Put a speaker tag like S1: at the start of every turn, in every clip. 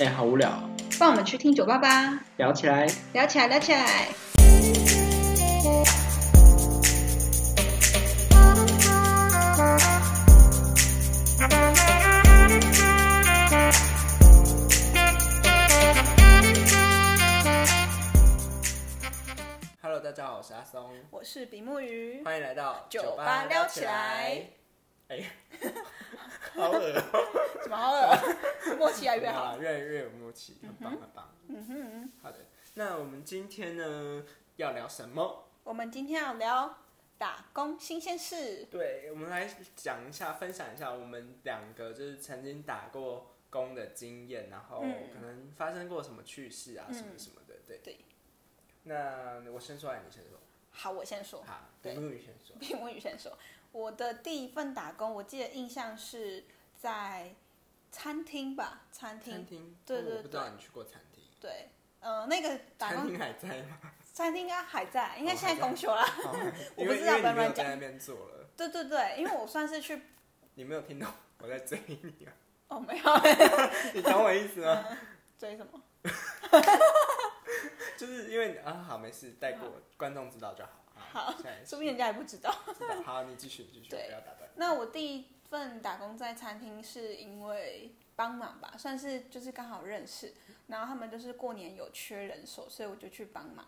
S1: 哎、好无聊，
S2: 帮我们去听九八八，
S1: 聊起来。
S2: 聊起来，聊起来。
S3: Hello，大家好，我是阿松，
S2: 我是比目鱼，
S3: 欢迎来到
S2: 酒吧
S3: 吧
S2: 撩起
S3: 起
S2: 来。
S3: 哎、 好恶 哦、
S2: 怎么好恶？ 默契越来越好。
S3: 好，越来越有默契，很棒，很棒。
S2: 嗯哼，
S3: 好的，那我们今天呢要聊什么？
S2: 我们今天要聊打工新鲜事。
S3: 对，我们来讲一下，分享一下我们两个就是曾经打过工的经验，然后
S2: 嗯
S3: 可能发生过什么趣事啊，
S2: 嗯
S3: 什么什么的。对
S2: 对。
S3: 那我先说，还是你先说？
S2: 好，我先说，
S3: 好，
S2: 对
S3: 对，木鱼先说。
S2: 比目鱼先说。我的第一份打工，我记得印象是在餐厅吧，餐
S3: 餐
S2: 厅。
S3: 厅，
S2: 对
S3: 哦
S2: 对
S3: 我不知道你去过餐厅，
S2: 对，呃，那个打
S3: 餐
S2: 工
S3: 厅还在吗？
S2: 餐厅应该还在，应该
S3: 哦
S2: 现
S3: 还
S2: 在
S3: 在
S2: 公休啦。 我
S3: 因
S2: 不
S3: 为
S2: 知
S3: 因
S2: 道
S3: 为
S2: 不要
S3: 你没
S2: 乱
S3: 有
S2: 讲
S3: 在那边做了。
S2: 对对对，因为我算是去，
S3: 你没有听到我在追你啊？
S2: 哦，没有
S3: 你懂我意思吗？
S2: 追什么？
S3: 就是因为啊，好，没事，带过观众知道就好。啊
S2: 好
S3: 下一次
S2: 说不定人家也不知道。
S3: 知道。好，你继续，继续，
S2: 对
S3: 不要打断。
S2: 那我第一份打工在餐厅是因为帮忙吧，算是就是刚好认识，然后他们就是过年有缺人手，所以我就去帮忙。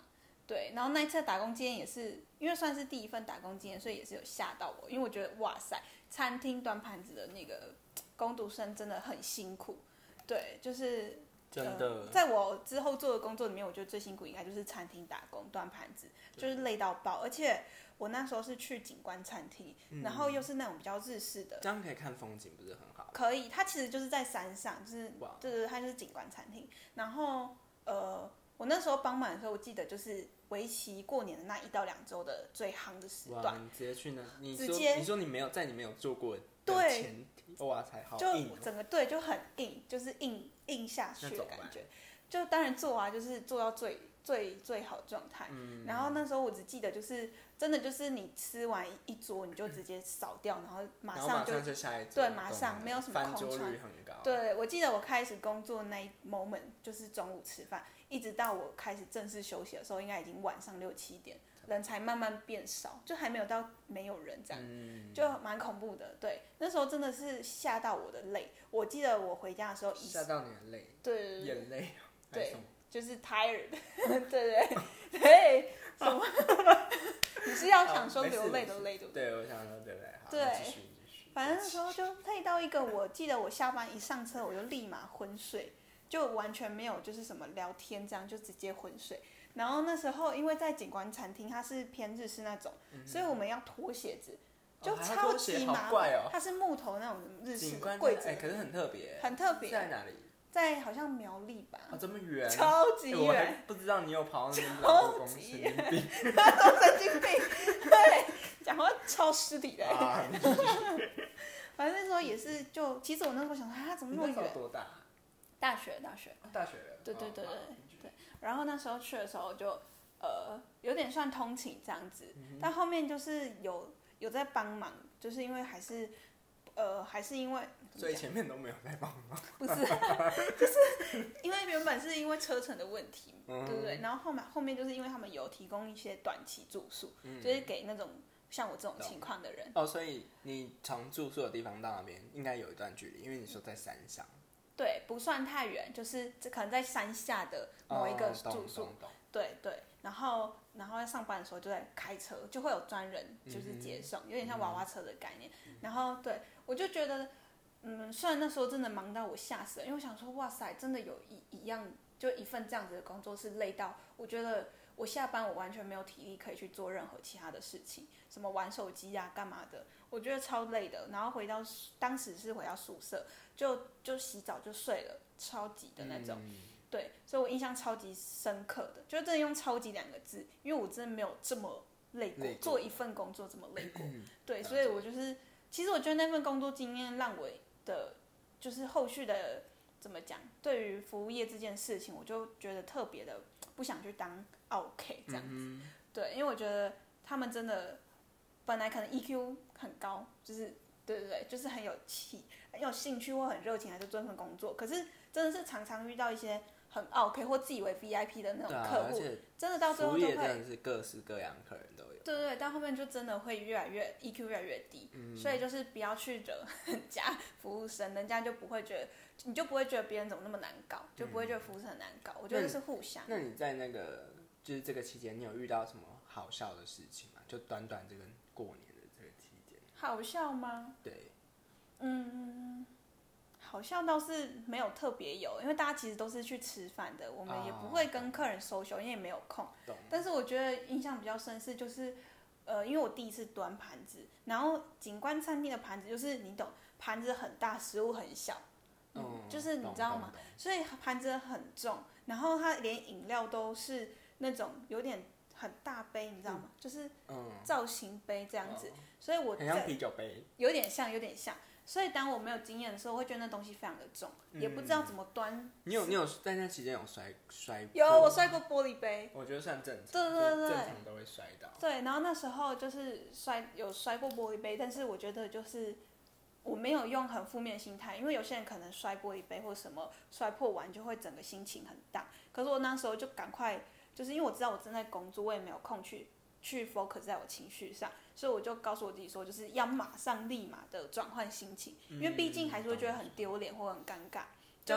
S2: 对，然后那一次的打工经验也是，因为算是第一份打工经验，所以也是有吓到我，因为我觉得哇塞，餐厅端盘子的那个工读生真的很辛苦。对，就是呃，在我之后做的工作里面，我觉得最辛苦应该就是餐厅打工端盘子，就是累到爆。而且我那时候是去景观餐厅，
S3: 嗯
S2: 然后又是那种比较日式的，
S3: 这样可以看风景，不是很好？
S2: 可以，它其实就是在山上，就是
S3: 哇
S2: 对对，对它就是景观餐厅。然后呃，我那时候帮忙的时候，我记得就是为期过年的那一到两周的最夯的时
S3: 哇，
S2: 段。
S3: 你直接去那，你
S2: 直
S3: 说
S2: 接
S3: 你说你没有在你没有做过的
S2: 对
S3: 前提，哇塞，好
S2: 就
S3: 硬哦，
S2: 整个队就很硬，就是硬硬下去
S3: 那
S2: 的
S3: 怎么
S2: 感
S3: 办
S2: 觉。就当然做啊，就是做到最最最好状态。
S3: 嗯
S2: 然后那时候我只记得就是真的就是你吃完一一桌你就直接扫掉，然后马
S3: 然后
S2: 上
S3: 马
S2: 就。
S3: 上就下一组
S2: 对
S3: 动
S2: 马上
S3: 了
S2: 没有什么
S3: 翻
S2: 空
S3: 桌
S2: 窗
S3: 率很高。，
S2: 对，我记得我开始工作那一 moment 就是中午吃饭，一直到我开始正式休息的时候，应该已经晚上六七点，人才慢慢变少，就还没有到没有人这样。
S3: 嗯，
S2: 就蛮恐怖的，对，那时候真的是吓到我的累。我记得我回家的时候，一
S3: 吓到你很累，
S2: 对对对对，
S3: 眼泪，哦
S2: 对
S3: 还是什么
S2: 就是 tired，对 对对对，什么？ 你是
S3: 哦
S2: 要想说流泪都累，对不对？
S3: 对，我想说对不对？好，
S2: 对
S3: 那继续，你继续哦
S2: 反正那时候就累到一个，我记得我下班一上车我就立马昏睡，就完全没有就是什么聊天这样，就直接昏睡。然后那时候因为在景观餐厅，它是偏日式那种，所以我们要脱鞋子，就
S3: 嗯哦还要
S2: 超
S3: 拖鞋
S2: 级
S3: 好
S2: 麻
S3: 怪
S2: 烦。
S3: 哦
S2: 它是木头那种日式
S3: 景观
S2: 柜
S3: 真的
S2: 子
S3: 哎，，可是很特别，
S2: 很特别
S3: 在哪里？
S2: 在好像苗栗吧，
S3: 啊，这么远，
S2: 啊超级
S3: 哎我还
S2: 远，
S3: 不知道你有跑到那么老的公司
S2: 超级
S3: 神经病
S2: 神经病，对，讲话超失礼的。
S3: 啊！你
S2: 反正那时候也是就，其实我那时候想说，啊，怎么
S3: 你
S2: 那
S3: 那
S2: 么
S3: 时候
S2: 远？
S3: 多大？
S2: 大学，大学。
S3: 啊大学了。
S2: 对对对
S3: 哦
S2: 对
S3: 好你继续
S2: 然后那时候去的时候就，呃，有点算通勤这样子，但后面就是有有在帮忙，就是因为还是，呃，还是因为，
S3: 所以前面都没有在帮 忙。
S2: 不是，就是因为原本是因为车程的问题，
S3: 嗯
S2: 对不对？然后后面后面就是因为他们有提供一些短期住宿，就是给那种像我这种情况的嗯人。
S3: 哦，所以你从住宿的地方到那边应该有一段距离，因为你说在山上。
S2: 对，不算太远，就是这可能在山下的某一个
S3: 哦
S2: 住宿，。
S3: 懂懂懂
S2: 对对。然后，然后在上班的时候就在开车，就会有专人就是接送，有点像娃娃车的概念。然后，对我就觉得，嗯，虽然那时候真的忙到我吓死了，因为我想说，哇塞，真的有一一样就一份这样子的工作是累到，我觉得我下班我完全没有体力可以去做任何其他的事情，什么玩手机啊、干嘛的，我觉得超累的。然后回到宿当时是回到宿舍，就就洗澡就睡了，超级的那种。
S3: 嗯
S2: 对，所以我印象超级深刻的，就真的用“超级”两个字，因为我真的没有这么累过，
S3: 累过
S2: 做一份工作这么累过。对，
S3: 了解
S2: 所以我就是，其实我觉得那份工作经验让我的，就是后续的怎么讲，对于服务业这件事情，我就觉得特别的不想去当 OK 这样子。
S3: 嗯
S2: 对，因为我觉得他们真的本来可能 EQ 很高，就是对对对，就是很有气、很有兴趣或很热情来做这份工作，可是真的是常常遇到一些很 OK 或自以为 VIP 的那
S3: 对
S2: 种
S3: 啊，
S2: 客
S3: 而
S2: 户，
S3: 且
S2: 真的到最
S3: 服
S2: 后
S3: 务
S2: 都
S3: 业
S2: 会
S3: 真的是各式各样客人都有。
S2: 对对，到后面就真的会越来越 EQ 越来越低，
S3: 嗯
S2: 所以就是不要去惹人家服务生，人家就不会觉得，你就不会觉得别人怎么那么难搞，就不会觉得服务生很难搞。我觉得
S3: 嗯那
S2: 这
S3: 你
S2: 是互相。
S3: 那你在那个就是这个期间，你有遇到什么好笑的事情吗？就短短这个过年的这个期间，
S2: 好笑吗？
S3: 对，
S2: 嗯，好笑倒是没有特别有，因为大家其实都是去吃饭的，我们也不会跟客人 social，因为也没有空。
S3: 懂。
S2: 但是我觉得印象比较深是就是，呃，因为我第一次端盘子，然后景观餐厅的盘子就是你懂，盘子很大，食物很小。
S3: 嗯，
S2: 就是你
S3: 懂
S2: 知道
S3: 懂
S2: 吗
S3: 懂
S2: 所以盘子很重，然后它连饮料都是那种有点很大杯，你知道吗？就是
S3: 嗯，
S2: 造型杯这
S3: 这
S2: 样子，，所以我
S3: 很像
S2: 在
S3: 啤酒杯，
S2: 有点像，有点像。所以当我没有经验的时候，我会觉得那东西非常的重，也不知道怎么端。
S3: 你有你有在那期间有摔摔？
S2: 有啊我，摔过玻璃杯，
S3: 我觉得算正常，
S2: 对对
S3: 就
S2: 对
S3: 正常都会摔到。
S2: 对，然后那时候就是摔有摔过玻璃杯，但是我觉得就是我没有用很负面心态，因为有些人可能摔玻璃杯或什么摔破完就会整个心情很大。可是我那时候就赶快，就是因为我知道我正在工作，我也没有空去去 focus 在我情绪上，所以我就告诉我自己说，就是要马上立马的转换心情，因为毕竟还是会觉得很丢脸或很尴尬，就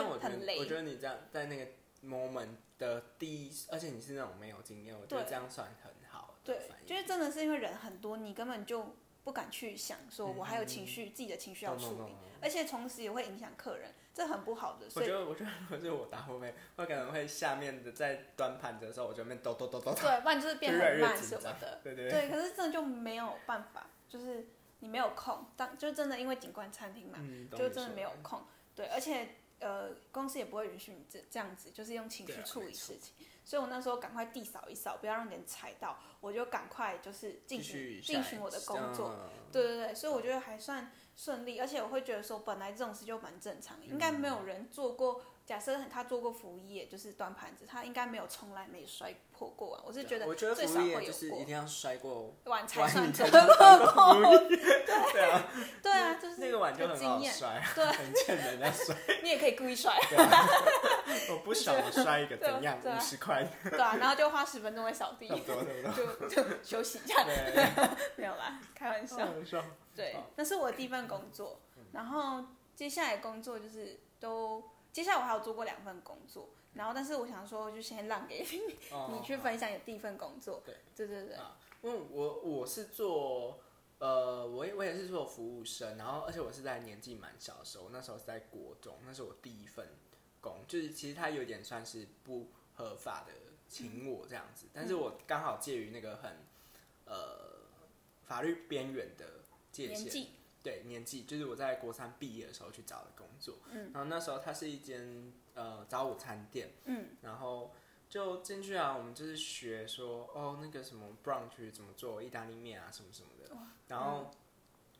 S3: 嗯但我觉
S2: 很
S3: 得，我觉得
S2: 累。
S3: 你这样在那个 moment 的第一，而且你是那种没有经验，我觉得
S2: 对
S3: 这样算很好的
S2: 对
S3: 反，应。
S2: 就是真的是因为人很多，你根本就不敢去想说，我还有情绪，自己的情绪要
S3: 嗯懂懂
S2: 处
S3: 懂
S2: 理。
S3: 懂
S2: 而且同时也会影响客人，这很不好的。
S3: 我
S2: 所
S3: 觉
S2: 以
S3: 得，我觉得如果是我打后面，我可能会下面的在端盘子的时候，我就那边抖抖抖抖抖，
S2: 对，不然就是变
S3: 就越来
S2: 很
S3: 越
S2: 慢
S3: 紧
S2: 什么
S3: 张
S2: 的。
S3: 对对对，
S2: 对，可是真的就没有办法，就是你没有空，当就真的因为景观餐厅嘛，
S3: 嗯，懂
S2: 就
S3: 你
S2: 真的
S3: 说
S2: 没有空。对，而且呃，公司也不会允许你这这样子，就是用情
S3: 对
S2: 绪
S3: 啊
S2: 处
S3: 没
S2: 理
S3: 错
S2: 事情。所以我那时候赶快地扫一扫，不要让人踩到，我就赶快就是进
S3: 继
S2: 行
S3: 续
S2: 进行我的工作。
S3: 作，
S2: 对对对，所以我觉得还算顺利，而且我会觉得说，本来这种事就蛮正常的，应该没有人做过。假设他做过服务业，就是端盘子，他应该没有从来没摔破过啊碗。我是觉
S3: 我
S2: 得
S3: 觉得
S2: 最
S3: 服
S2: 少
S3: 务
S2: 会有
S3: 业就是
S2: 过
S3: 一定要摔过
S2: 碗才
S3: 碗
S2: 算
S3: 你才
S2: 真
S3: 算
S2: 的破
S3: 服
S2: 过。
S3: 对啊，
S2: 对啊，就 是
S3: 那个碗就
S2: 有
S3: 很
S2: 经
S3: 好
S2: 验，
S3: 摔，啊
S2: 对
S3: 很欠人家摔。
S2: 你也可以故意摔，
S3: 我 不爽，我摔一个
S2: 对啊
S3: 怎样？
S2: 对啊
S3: 五十块，
S2: 对啊，然后就花十分钟在扫地
S3: 差，不多， 差不多。
S2: 就就休息一下，
S3: 对，
S2: 没有啦，开玩笑。
S3: 很 爽。
S2: 对
S3: 好，嗯
S2: 那是我的第一份工作，然后接下来工作就是都，接下来我还有做过两份工作，然后但是我想说就先让给你，你去分享你的第一份工作。
S3: 哦对
S2: 对对对，
S3: 啊因为我我是做呃，我也我也是做服务生，然后而且我是在年纪蛮小的时候，那时候是在国中，那是我第一份工，就是其实它有点算是不合法的
S2: 嗯
S3: 请我这样子，但是我刚好介于那个很呃法律边缘的界
S2: 年
S3: 限，
S2: 纪
S3: 对年纪，就是我在国三毕业的时候去找的工作，
S2: 嗯，
S3: 然后那时候它是一间呃早午餐店，
S2: 嗯，
S3: 然后就进去啊，我们就是学说哦那个什么 brunch 怎么做意大利面啊什么什么的，然后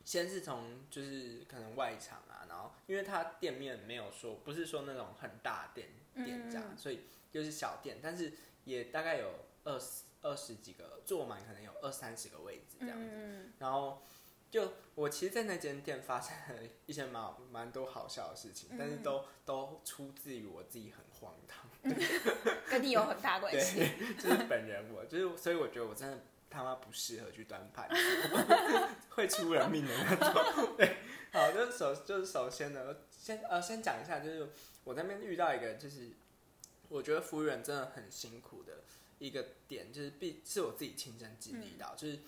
S3: 先是从就是可能外场啊，然后因为它店面没有说不是说那种很大店店这样，
S2: 嗯
S3: 所以就是小店，但是也大概有二十二十几个坐满，可能有二三十个位置这样子。
S2: 嗯，
S3: 然后就我其实，在那间店发生了一些蛮蛮多好笑的事情，但是
S2: 嗯
S3: 都都出自于我自己很荒唐，
S2: 嗯跟你有很大关系。
S3: 对， 就是本人我就是，所以我觉得我真的他妈不适合去端盘子， 会出人命的那种。对，好，就是首就是首先呢，先呃先讲一下，就是我在那边遇到一个，就是我觉得服务员真的很辛苦的一个点，就是必是我自己亲身经
S2: 嗯
S3: 历到，就是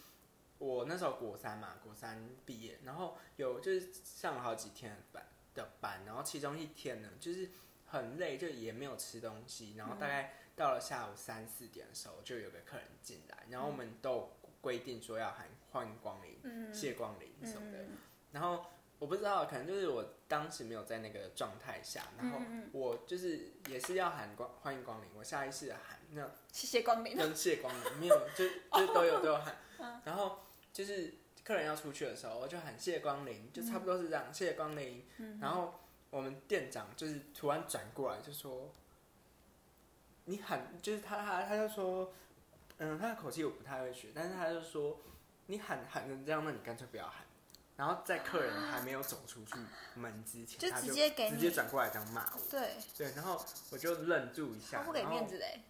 S3: 我那时候国三嘛，国三毕业，然后有就是上了好几天的班的班，然后其中一天呢，就是很累，就也没有吃东西，然后大
S2: 嗯
S3: 概到了下午三四点的时候，就有个客人进来，然后我们都有规定说要喊欢迎光临、
S2: 嗯，
S3: 谢光临什么的，
S2: 嗯
S3: 然后我不知道，可能就是我当时没有在那个状态下，然后
S2: 嗯
S3: 我就是也是要喊光欢迎光临，我下意识地喊那
S2: 谢谢光临。
S3: 跟谢光临没有， 就
S2: 哦
S3: 就都有都有喊，
S2: 嗯
S3: 然后就是客人要出去的时候，我就喊谢光临，就差不多是这样，谢光临。
S2: 嗯
S3: 然后我们店长就是突然转过来就说，你喊就是他他他就说，嗯，他的口气我不太会学，但是他就说你喊喊成这样，那你干脆不要喊。然后在客人还没有走出去门之前，
S2: 就
S3: 他
S2: 直接给
S3: 直
S2: 你
S3: 接转过来这样骂我。
S2: 对，
S3: 对，然后我就愣住一
S2: 他
S3: 下，
S2: 不给
S3: 然后
S2: 面子嘞，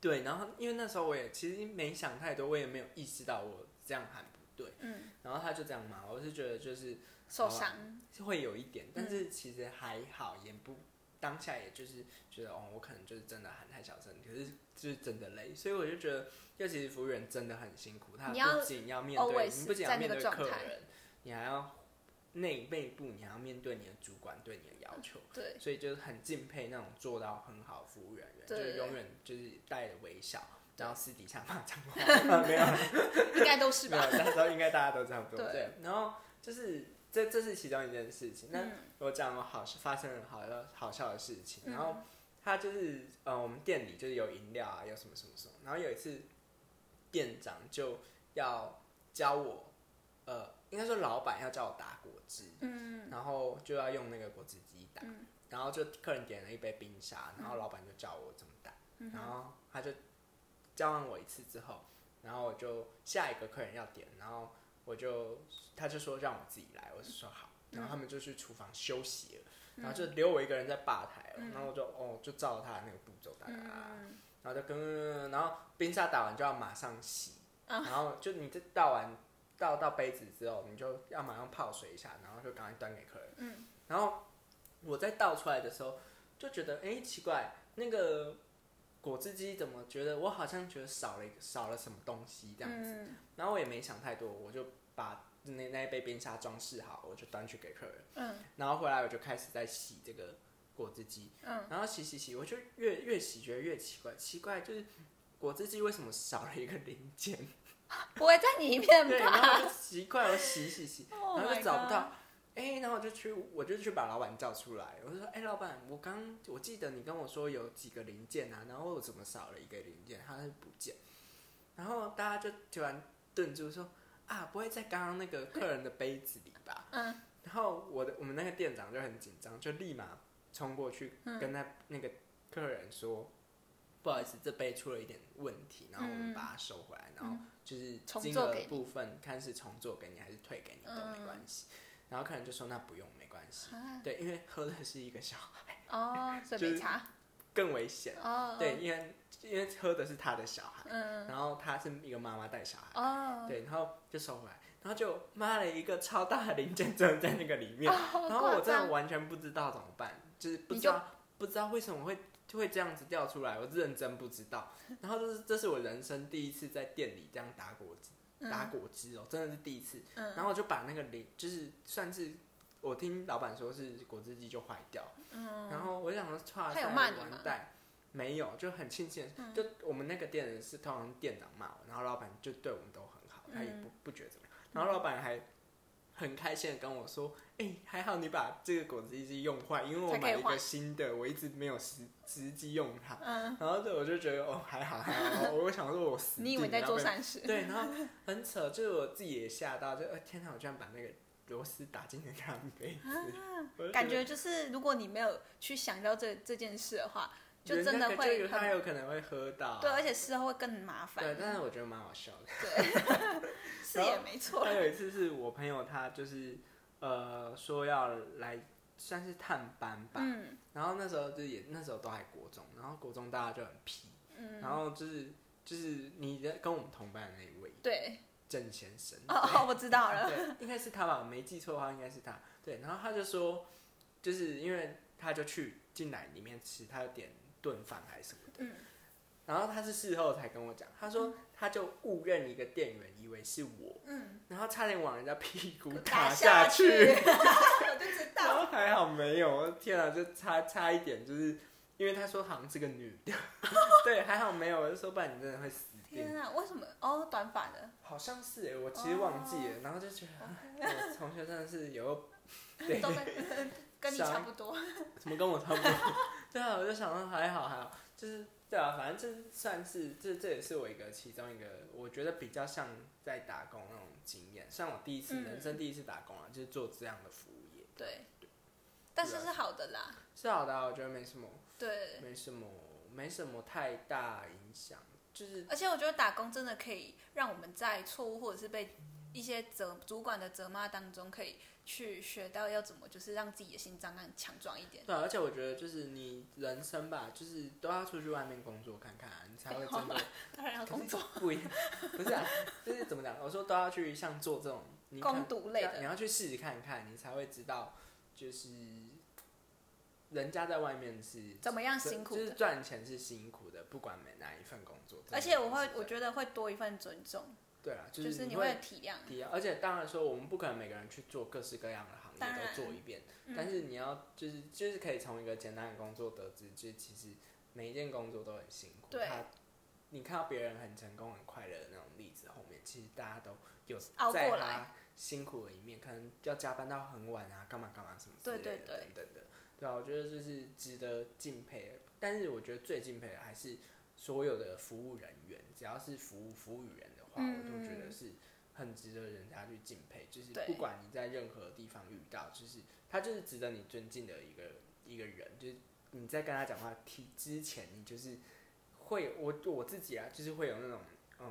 S3: 对，然后因为那时候我也其实没想太多，我也没有意识到我这样喊不对，
S2: 嗯，
S3: 然后他就这样骂，我是觉得就是
S2: 受
S3: 好吧啊
S2: 伤，
S3: 会有一点，但是
S2: 嗯
S3: 其实还好，也不当下也就是觉得哦，我可能就是真的喊太小声，可是就是真的累，所以我就觉得，尤其是服务员真的很辛苦，他
S2: 你要
S3: 不仅要面对，
S2: always
S3: 你不仅要面对
S2: 在那个
S3: 客
S2: 状态
S3: 人，你还要内内部，你还要面对你的主管对你的要求。
S2: 对，
S3: 所以就是很敬佩那种做到很好的服务人员，就
S2: 对
S3: 是永远就是带着微笑，然后私底下骂脏 话，没有
S2: 应该都是
S3: 没
S2: 吧？
S3: 有，那时候应该大家都差不多
S2: 对
S3: 对。然后就是这这是其中一件事情，那
S2: 嗯
S3: 我讲我好发生了好笑好笑的事情，
S2: 嗯
S3: 然后他就是呃，我们店里就是有饮料啊，有什么什么什么，然后有一次店长就要教我，呃，应该说老板要叫我打果汁，
S2: 嗯，
S3: 然后就要用那个果汁机打，
S2: 嗯
S3: 然后就客人点了一杯冰沙，然后老板就叫我怎么打，
S2: 嗯
S3: 然后他就教完我一次之后，然后我就下一个客人要点，然后我就他就说让我自己来，我就说好，然后他们就去厨房休息了，然后就留我一个人在吧台了，
S2: 嗯
S3: 然后我就哦就照他的那个步骤打打打打打，
S2: 嗯，
S3: 然后就跟，然后冰沙打完就要马上洗，
S2: 啊
S3: 然后就你这倒完倒到杯子之后，你就要马上泡水一下，然后就赶快端给客人。
S2: 嗯，
S3: 然后我在倒出来的时候就觉得，哎，奇怪，那个果汁机怎么觉得我好像觉得少了一个少了什么东西这样子？
S2: 嗯
S3: 然后我也没想太多，我就把那那一杯冰沙装饰好，我就端去给客人。
S2: 嗯
S3: 然后回来我就开始在洗这个果汁机，
S2: 嗯，
S3: 然后洗洗洗，我就越越洗觉得越奇怪，奇怪就是果汁机为什么少了一个零件？
S2: 不会在你一 片
S3: 对，然
S2: 吧？
S3: 后我就奇怪，我洗洗洗，
S2: Oh
S3: 然后
S2: my
S3: 就
S2: god
S3: 找不到，哎、然后我就去，我就去把老板叫出来，我就说，哎、老板，我刚我记得你跟我说有几个零件啊，然后我怎么少了一个零件，它是不见，然后大家就突然顿住说，啊，不会在刚刚那个客人的杯子里吧？
S2: 嗯
S3: 然后我的我们那个店长就很紧张，就立马冲过去
S2: 嗯
S3: 跟那、那个客人说：“不好意思，这杯出了一点问题，然后我们
S2: 嗯
S3: 把它收回来，然后就是
S2: 重
S3: 金
S2: 做
S3: 额
S2: 给你
S3: 部分看是重做给你还是退给你都没
S2: 嗯
S3: 关系。然后客人就说：“那不用，没关系。
S2: 啊
S3: 对，因为喝的是一个小孩，
S2: 哦，所以
S3: 就
S2: 没
S3: 是
S2: 查
S3: 更危险。
S2: 哦，
S3: 对，，因为因为喝的是他的小孩，
S2: 嗯
S3: 然后他是一个妈妈带小孩，
S2: 哦，
S3: 对，然后就收回来，然后就妈了一个超大的零件真的在那个里面，
S2: 好
S3: 然后我
S2: 夸
S3: 真的
S2: 张，
S3: 完全不知道怎么办，就是不
S2: 你
S3: 知道不知道为什么会会这样子掉出来，我认真不知道。然后这是这是我人生第一次在店里这样打果汁，打果汁哦，真的是第一次。
S2: 嗯
S3: 然后我就把那个零，就是算是我听老板说是果汁机就坏掉，
S2: 嗯，
S3: 然后我就想说，哇
S2: 他有
S3: 塞
S2: 骂你
S3: 完
S2: 吗
S3: 蛋。没有，就很庆幸，
S2: 嗯
S3: 就我们那个店是通常店长骂我，然后老板就对我们都很好，他也不
S2: 嗯
S3: 不觉得怎么样，然后老板还很开心的跟我说，哎、还好你把这个果汁机用坏，因为我
S2: 才可以
S3: 买一个
S2: 换
S3: 新的，我一直没有实实际用它，
S2: 嗯，
S3: 然后对我就觉得哦还好还好，我想说我死
S2: 你以为
S3: 定
S2: 在
S3: 了
S2: 做
S3: 被
S2: 善事？
S3: 对，然后很扯，就是我自己也吓到，就、呃、天哪，我居然把那个螺丝打进了咖啡杯子，
S2: 感觉就是如果你没有去想到这这件事的话，就
S3: 人
S2: 真
S3: 家
S2: 的
S3: 可
S2: 会
S3: 就有他
S2: 很
S3: 有可能会喝到，啊
S2: 对，而且事后会更麻
S3: 对
S2: 烦，
S3: 但是我觉得蛮好笑的。
S2: 是也没错
S3: 还。有一次是我朋友他就是呃说要来算是探班吧，
S2: 嗯
S3: 然后那时候就是也那时候都还国中，然后国中大家就很皮，
S2: 嗯，
S3: 然后就是就是你的跟我们同班的那一位
S2: 对，
S3: 郑先生，
S2: 哦哦，我知道了，
S3: 对，应该是他吧，我没记错的话应该是他。对，然后他就说，就是因为他就去进来里面吃，他有点炖饭还是什么的。
S2: 嗯
S3: 然后他是事后才跟我讲，他说他就误认一个店员，以为是我，
S2: 嗯，
S3: 然后差点往人家屁 股
S2: 打
S3: 下
S2: 去， 我就知
S3: 然
S2: 道，
S3: 后还好没有，我的天啊，就差差一点，就是因为他说好像是个女 的，对，还好没有，我就说不然你真的会死定
S2: 天啊，为什么？哦，短发的，
S3: 好像是哎、我其实忘记
S2: 哦
S3: 了，然后就觉 得啊我同学真的是有对
S2: 都跟跟你差不多，
S3: 怎么跟我差不多？ 对啊，我就想说还好还好，就是对啊，反正这算是这这也是我一个其中一个我觉得比较像在打工那种经验，像我第一次、
S2: 嗯
S3: 人生第一次打工啊，就是做这样的服务业，
S2: 对，但是是好的啦，
S3: 是好的啊、我觉得没什么
S2: 对，
S3: 没什么没什么太大影响，就是
S2: 而且我觉得打工真的可以让我们在错误或者是被一些责主管的责骂当中，可以去学到要怎么就是让自己的心脏更强壮一点。
S3: 对啊，而且我觉得就是你人生吧，就是都要出去外面工作看看啊、你才会真的
S2: 当然要 工作，
S3: 不一样。不是啊，就是怎么讲？我说都要去像做这种你看
S2: 攻读类
S3: 对啊你
S2: 的，
S3: 要去试试看看，你才会知道，就是人家在外面是
S2: 怎么样辛苦
S3: 就是
S2: 的。
S3: 赚钱是辛苦的，不管每哪一份工作。
S2: 而且我会，我
S3: 得
S2: 觉得会多一份尊重，
S3: 对啊，
S2: 就是是你
S3: 会
S2: 会体谅。
S3: 体啊验，而且当然说我们不可能每个人去做各式各样的
S2: 当
S3: 行业
S2: 然
S3: 都做一遍，
S2: 嗯
S3: 但是你要就是就是可以从一个简单的工作得知，就是其实每一件工作都很辛苦。
S2: 对
S3: 他你看到别人很成功、很快乐的那种例子，后面其实大家都有
S2: 熬
S3: 在
S2: 过
S3: 他
S2: 来
S3: 辛苦的一面，可能要加班到很晚啊，干嘛干嘛什么之
S2: 对
S3: 类的
S2: 对对
S3: 等等的。对啊，我觉得就是值得敬佩的。但是我觉得最敬佩的还是所有的服务人员，只要是服务服务于人的话，
S2: 嗯
S3: 我都觉得是很值得人家去敬佩。就是
S2: 对
S3: 不管你在任何地方遇到，就是他就是值得你尊敬的一个一个人。就是你在跟他讲话提之前，你就是会我我自己啊，就是会有那种嗯，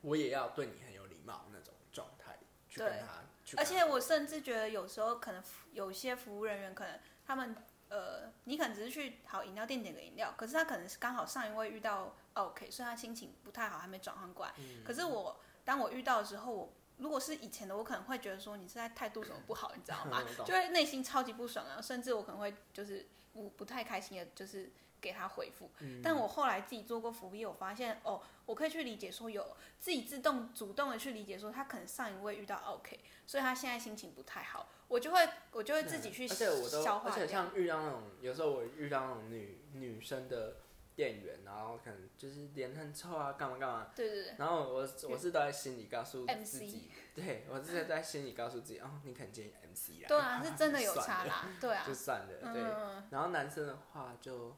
S3: 我也要对你很有礼貌那种状态去跟
S2: 对
S3: 他。去
S2: 而
S3: 跟
S2: 且
S3: 他？
S2: 我甚至觉得有时候可能服有些服务人员可能他们呃，你可能只是去好饮料店点个饮料，可是他可能是刚好上一位遇到哦 OK，所以他心情不太好，还没转换过来。可是我当我遇到的时候，我如果是以前的，我可能会觉得说你是在态度什么不好，你知道 吗
S3: 我懂
S2: 就会内心超级不爽啊，甚至我可能会就是不不太开心的，就是给他回复。
S3: 嗯
S2: 但我后来自己做过服务业，我发现哦，我可以去理解说有自己自动主动的去理解说他可能上一位遇到 OK，所以他现在心情不太好，我就会我就会自己去
S3: 而且我都，
S2: 消化
S3: 而且
S2: 掉。
S3: 像遇到那种，有时候我遇到那种女女生的店员，然后可能就是脸很臭啊，干嘛干嘛，
S2: 对对对，
S3: 然后我我是都在心里告诉
S2: MC
S3: 自己，对我是在心里告诉自己，哦，你可能今天 MC 啦，
S2: 对啊，是真的有
S3: 算
S2: 差
S3: 了
S2: 啦，对啊
S3: 就，算了，对。
S2: 嗯，
S3: 然后男生的话就，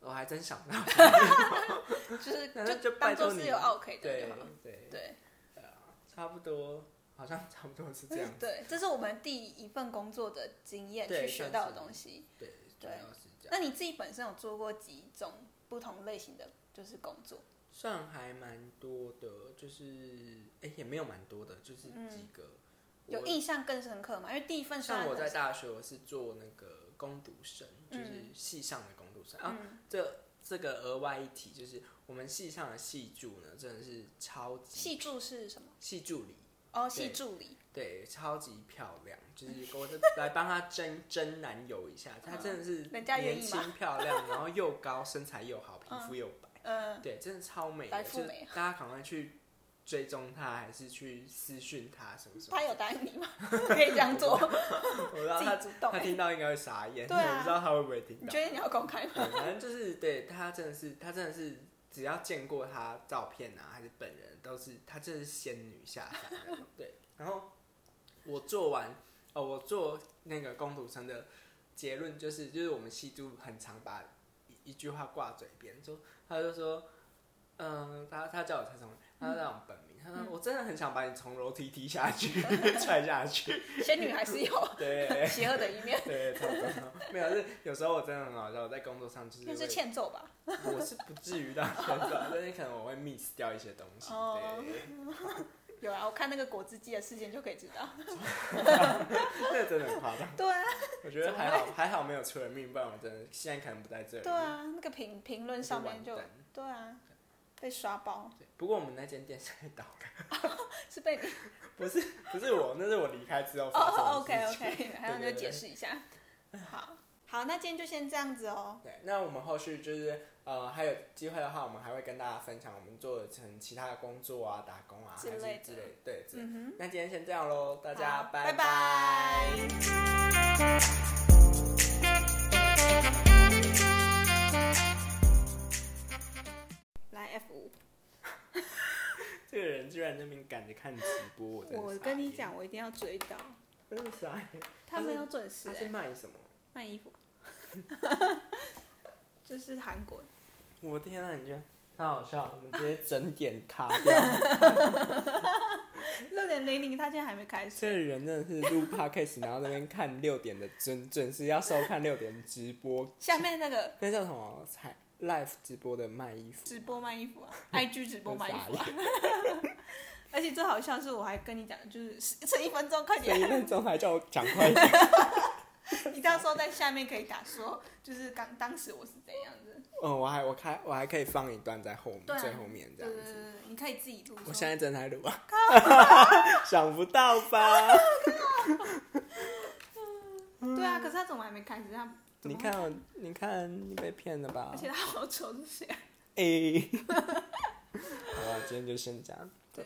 S3: 我还真想不到，
S2: 就是
S3: 那就拜
S2: 当
S3: 托
S2: 做
S3: 你
S2: 是有 OK 的
S3: 对
S2: 就好了。
S3: 对，啊
S2: 对
S3: 差不多，好像差不多是这 样，
S2: 对，这是我们第一份工作的经验
S3: 对
S2: 去学
S3: 算
S2: 到的
S3: 是
S2: 东西。
S3: 对，主
S2: 对
S3: 要是这样。
S2: 那你自己本身有做过几种不同类型的就是工作？
S3: 算还蛮多的，就是哎、也没有蛮多的，就是
S2: 嗯
S3: 几个。
S2: 有
S3: 我
S2: 印象更深刻吗？因为第一份虽
S3: 像
S2: 然
S3: 我
S2: 很
S3: 在
S2: 少
S3: 大学，我是做那个攻读生，就是
S2: 嗯
S3: 系上的攻读生、啊。
S2: 嗯，
S3: 这这个额外一提，就是我们系上的系助呢，真的是超级
S2: 系助是什么？
S3: 系助理，
S2: 哦，
S3: 对
S2: 系助理，
S3: 对，超级漂 亮，就是我的来帮她争争男友一下，她真的是
S2: 嗯人家愿
S3: 年
S2: 意吗
S3: 轻漂亮，然后又高，身材又好，皮肤又白。
S2: 嗯，
S3: 对，真的超美的，
S2: 白
S3: 就
S2: 富
S3: 是
S2: 美
S3: 大家赶快去追踪他，还是去私讯他什么什么。
S2: 他有答应 你吗？可以这样做，
S3: 我让他
S2: 自己主动
S3: 他。听到应该会傻眼，
S2: 对啊
S3: 我不知道他会不会听
S2: 你
S3: 到。
S2: 觉得你要公 开吗？
S3: 对，反正就是对他真的是，他真的是只要见过他照片啊，还是本人，都是他真的是仙女下凡那种。对，然后我做完哦，我做那个工读生的结论就是，就是我们西都很常把一一句话挂嘴边，说他就说，嗯、他他叫我蔡崇，他叫我本名，他
S2: 嗯
S3: 说我真的很想把你从楼梯踢下去， 踹下去，
S2: 仙女还是有
S3: 对。
S2: 邪恶的一面，
S3: 对，差不多没有，是有时候我真的很好笑，我在工作上就是
S2: 那是
S3: 会
S2: 欠揍吧？
S3: 我是不至于到现在，但是可能我会 miss 掉一些东西。
S2: 哦
S3: 对，
S2: 有啊，我看那个果汁机的事件就可以知道。
S3: 那真的很夸张。
S2: 对啊，
S3: 我觉得还好，还好没有出人命，不然我真的现在可能不在这里。
S2: 对啊，那个评评论上面
S3: 就
S2: 就
S3: 完蛋
S2: 对啊，被刷爆
S3: 对不过我们那间店现在倒了，
S2: 是被 你
S3: 不是不是我，那是我离开之后
S2: 哦
S3: 发生的
S2: ，OK
S3: 事情
S2: OK，还要
S3: 对对
S2: 就
S3: 对
S2: 解释一下。好，好，那今天就先这样子哦。
S3: 对，那我们后续就是呃，还有机会的话，我们还会跟大家分享我们做的成其他的工作啊、打工啊，
S2: 之
S3: 还是
S2: 类的
S3: 之类的。对，之类
S2: 嗯哼，
S3: 那今天先这样喽，大家
S2: 好
S3: 拜
S2: 拜拜来 F 五。
S3: 这个人居然在那边赶着看直播，我真的
S2: 我
S3: 傻
S2: 跟你
S3: 眼，
S2: 讲，我一定要追到，
S3: 真的傻眼。
S2: 他没有准时、
S3: 他是
S2: 欸、
S3: 卖什么？
S2: 卖衣服， 就是韩国，
S3: 我天啊，你觉得太好笑 了，我们直接整点卡掉。
S2: 六点零零，他现在还没开
S3: 这
S2: 始，
S3: 个人真的是录 podcast，然后在那边看六点的准准时要收看六点直播，
S2: 下面那个
S3: 那叫什么？才 live 直播的卖衣服。
S2: 直播卖衣服啊，IG 直播卖衣服啊，而且最好笑是，我还跟你讲，就是剩一分钟，快
S3: 所以
S2: 点！
S3: 那钟还叫我讲 快一点。
S2: 你到时候在下面可以打说，就是刚当时我是怎样子。
S3: 嗯，我还我开我还可以放一段在后面、
S2: 对啊
S3: 最后面这样
S2: 对对对
S3: 子。
S2: 对，你可以自己录说。
S3: 我现在正在录啊， 想不到吧？
S2: 对啊，可是他怎么还没开始？他
S3: 你看我，你看你被骗了吧
S2: 而？且他好丑，是谁啊？
S3: 哎，好了，今天就先这样。
S2: 对，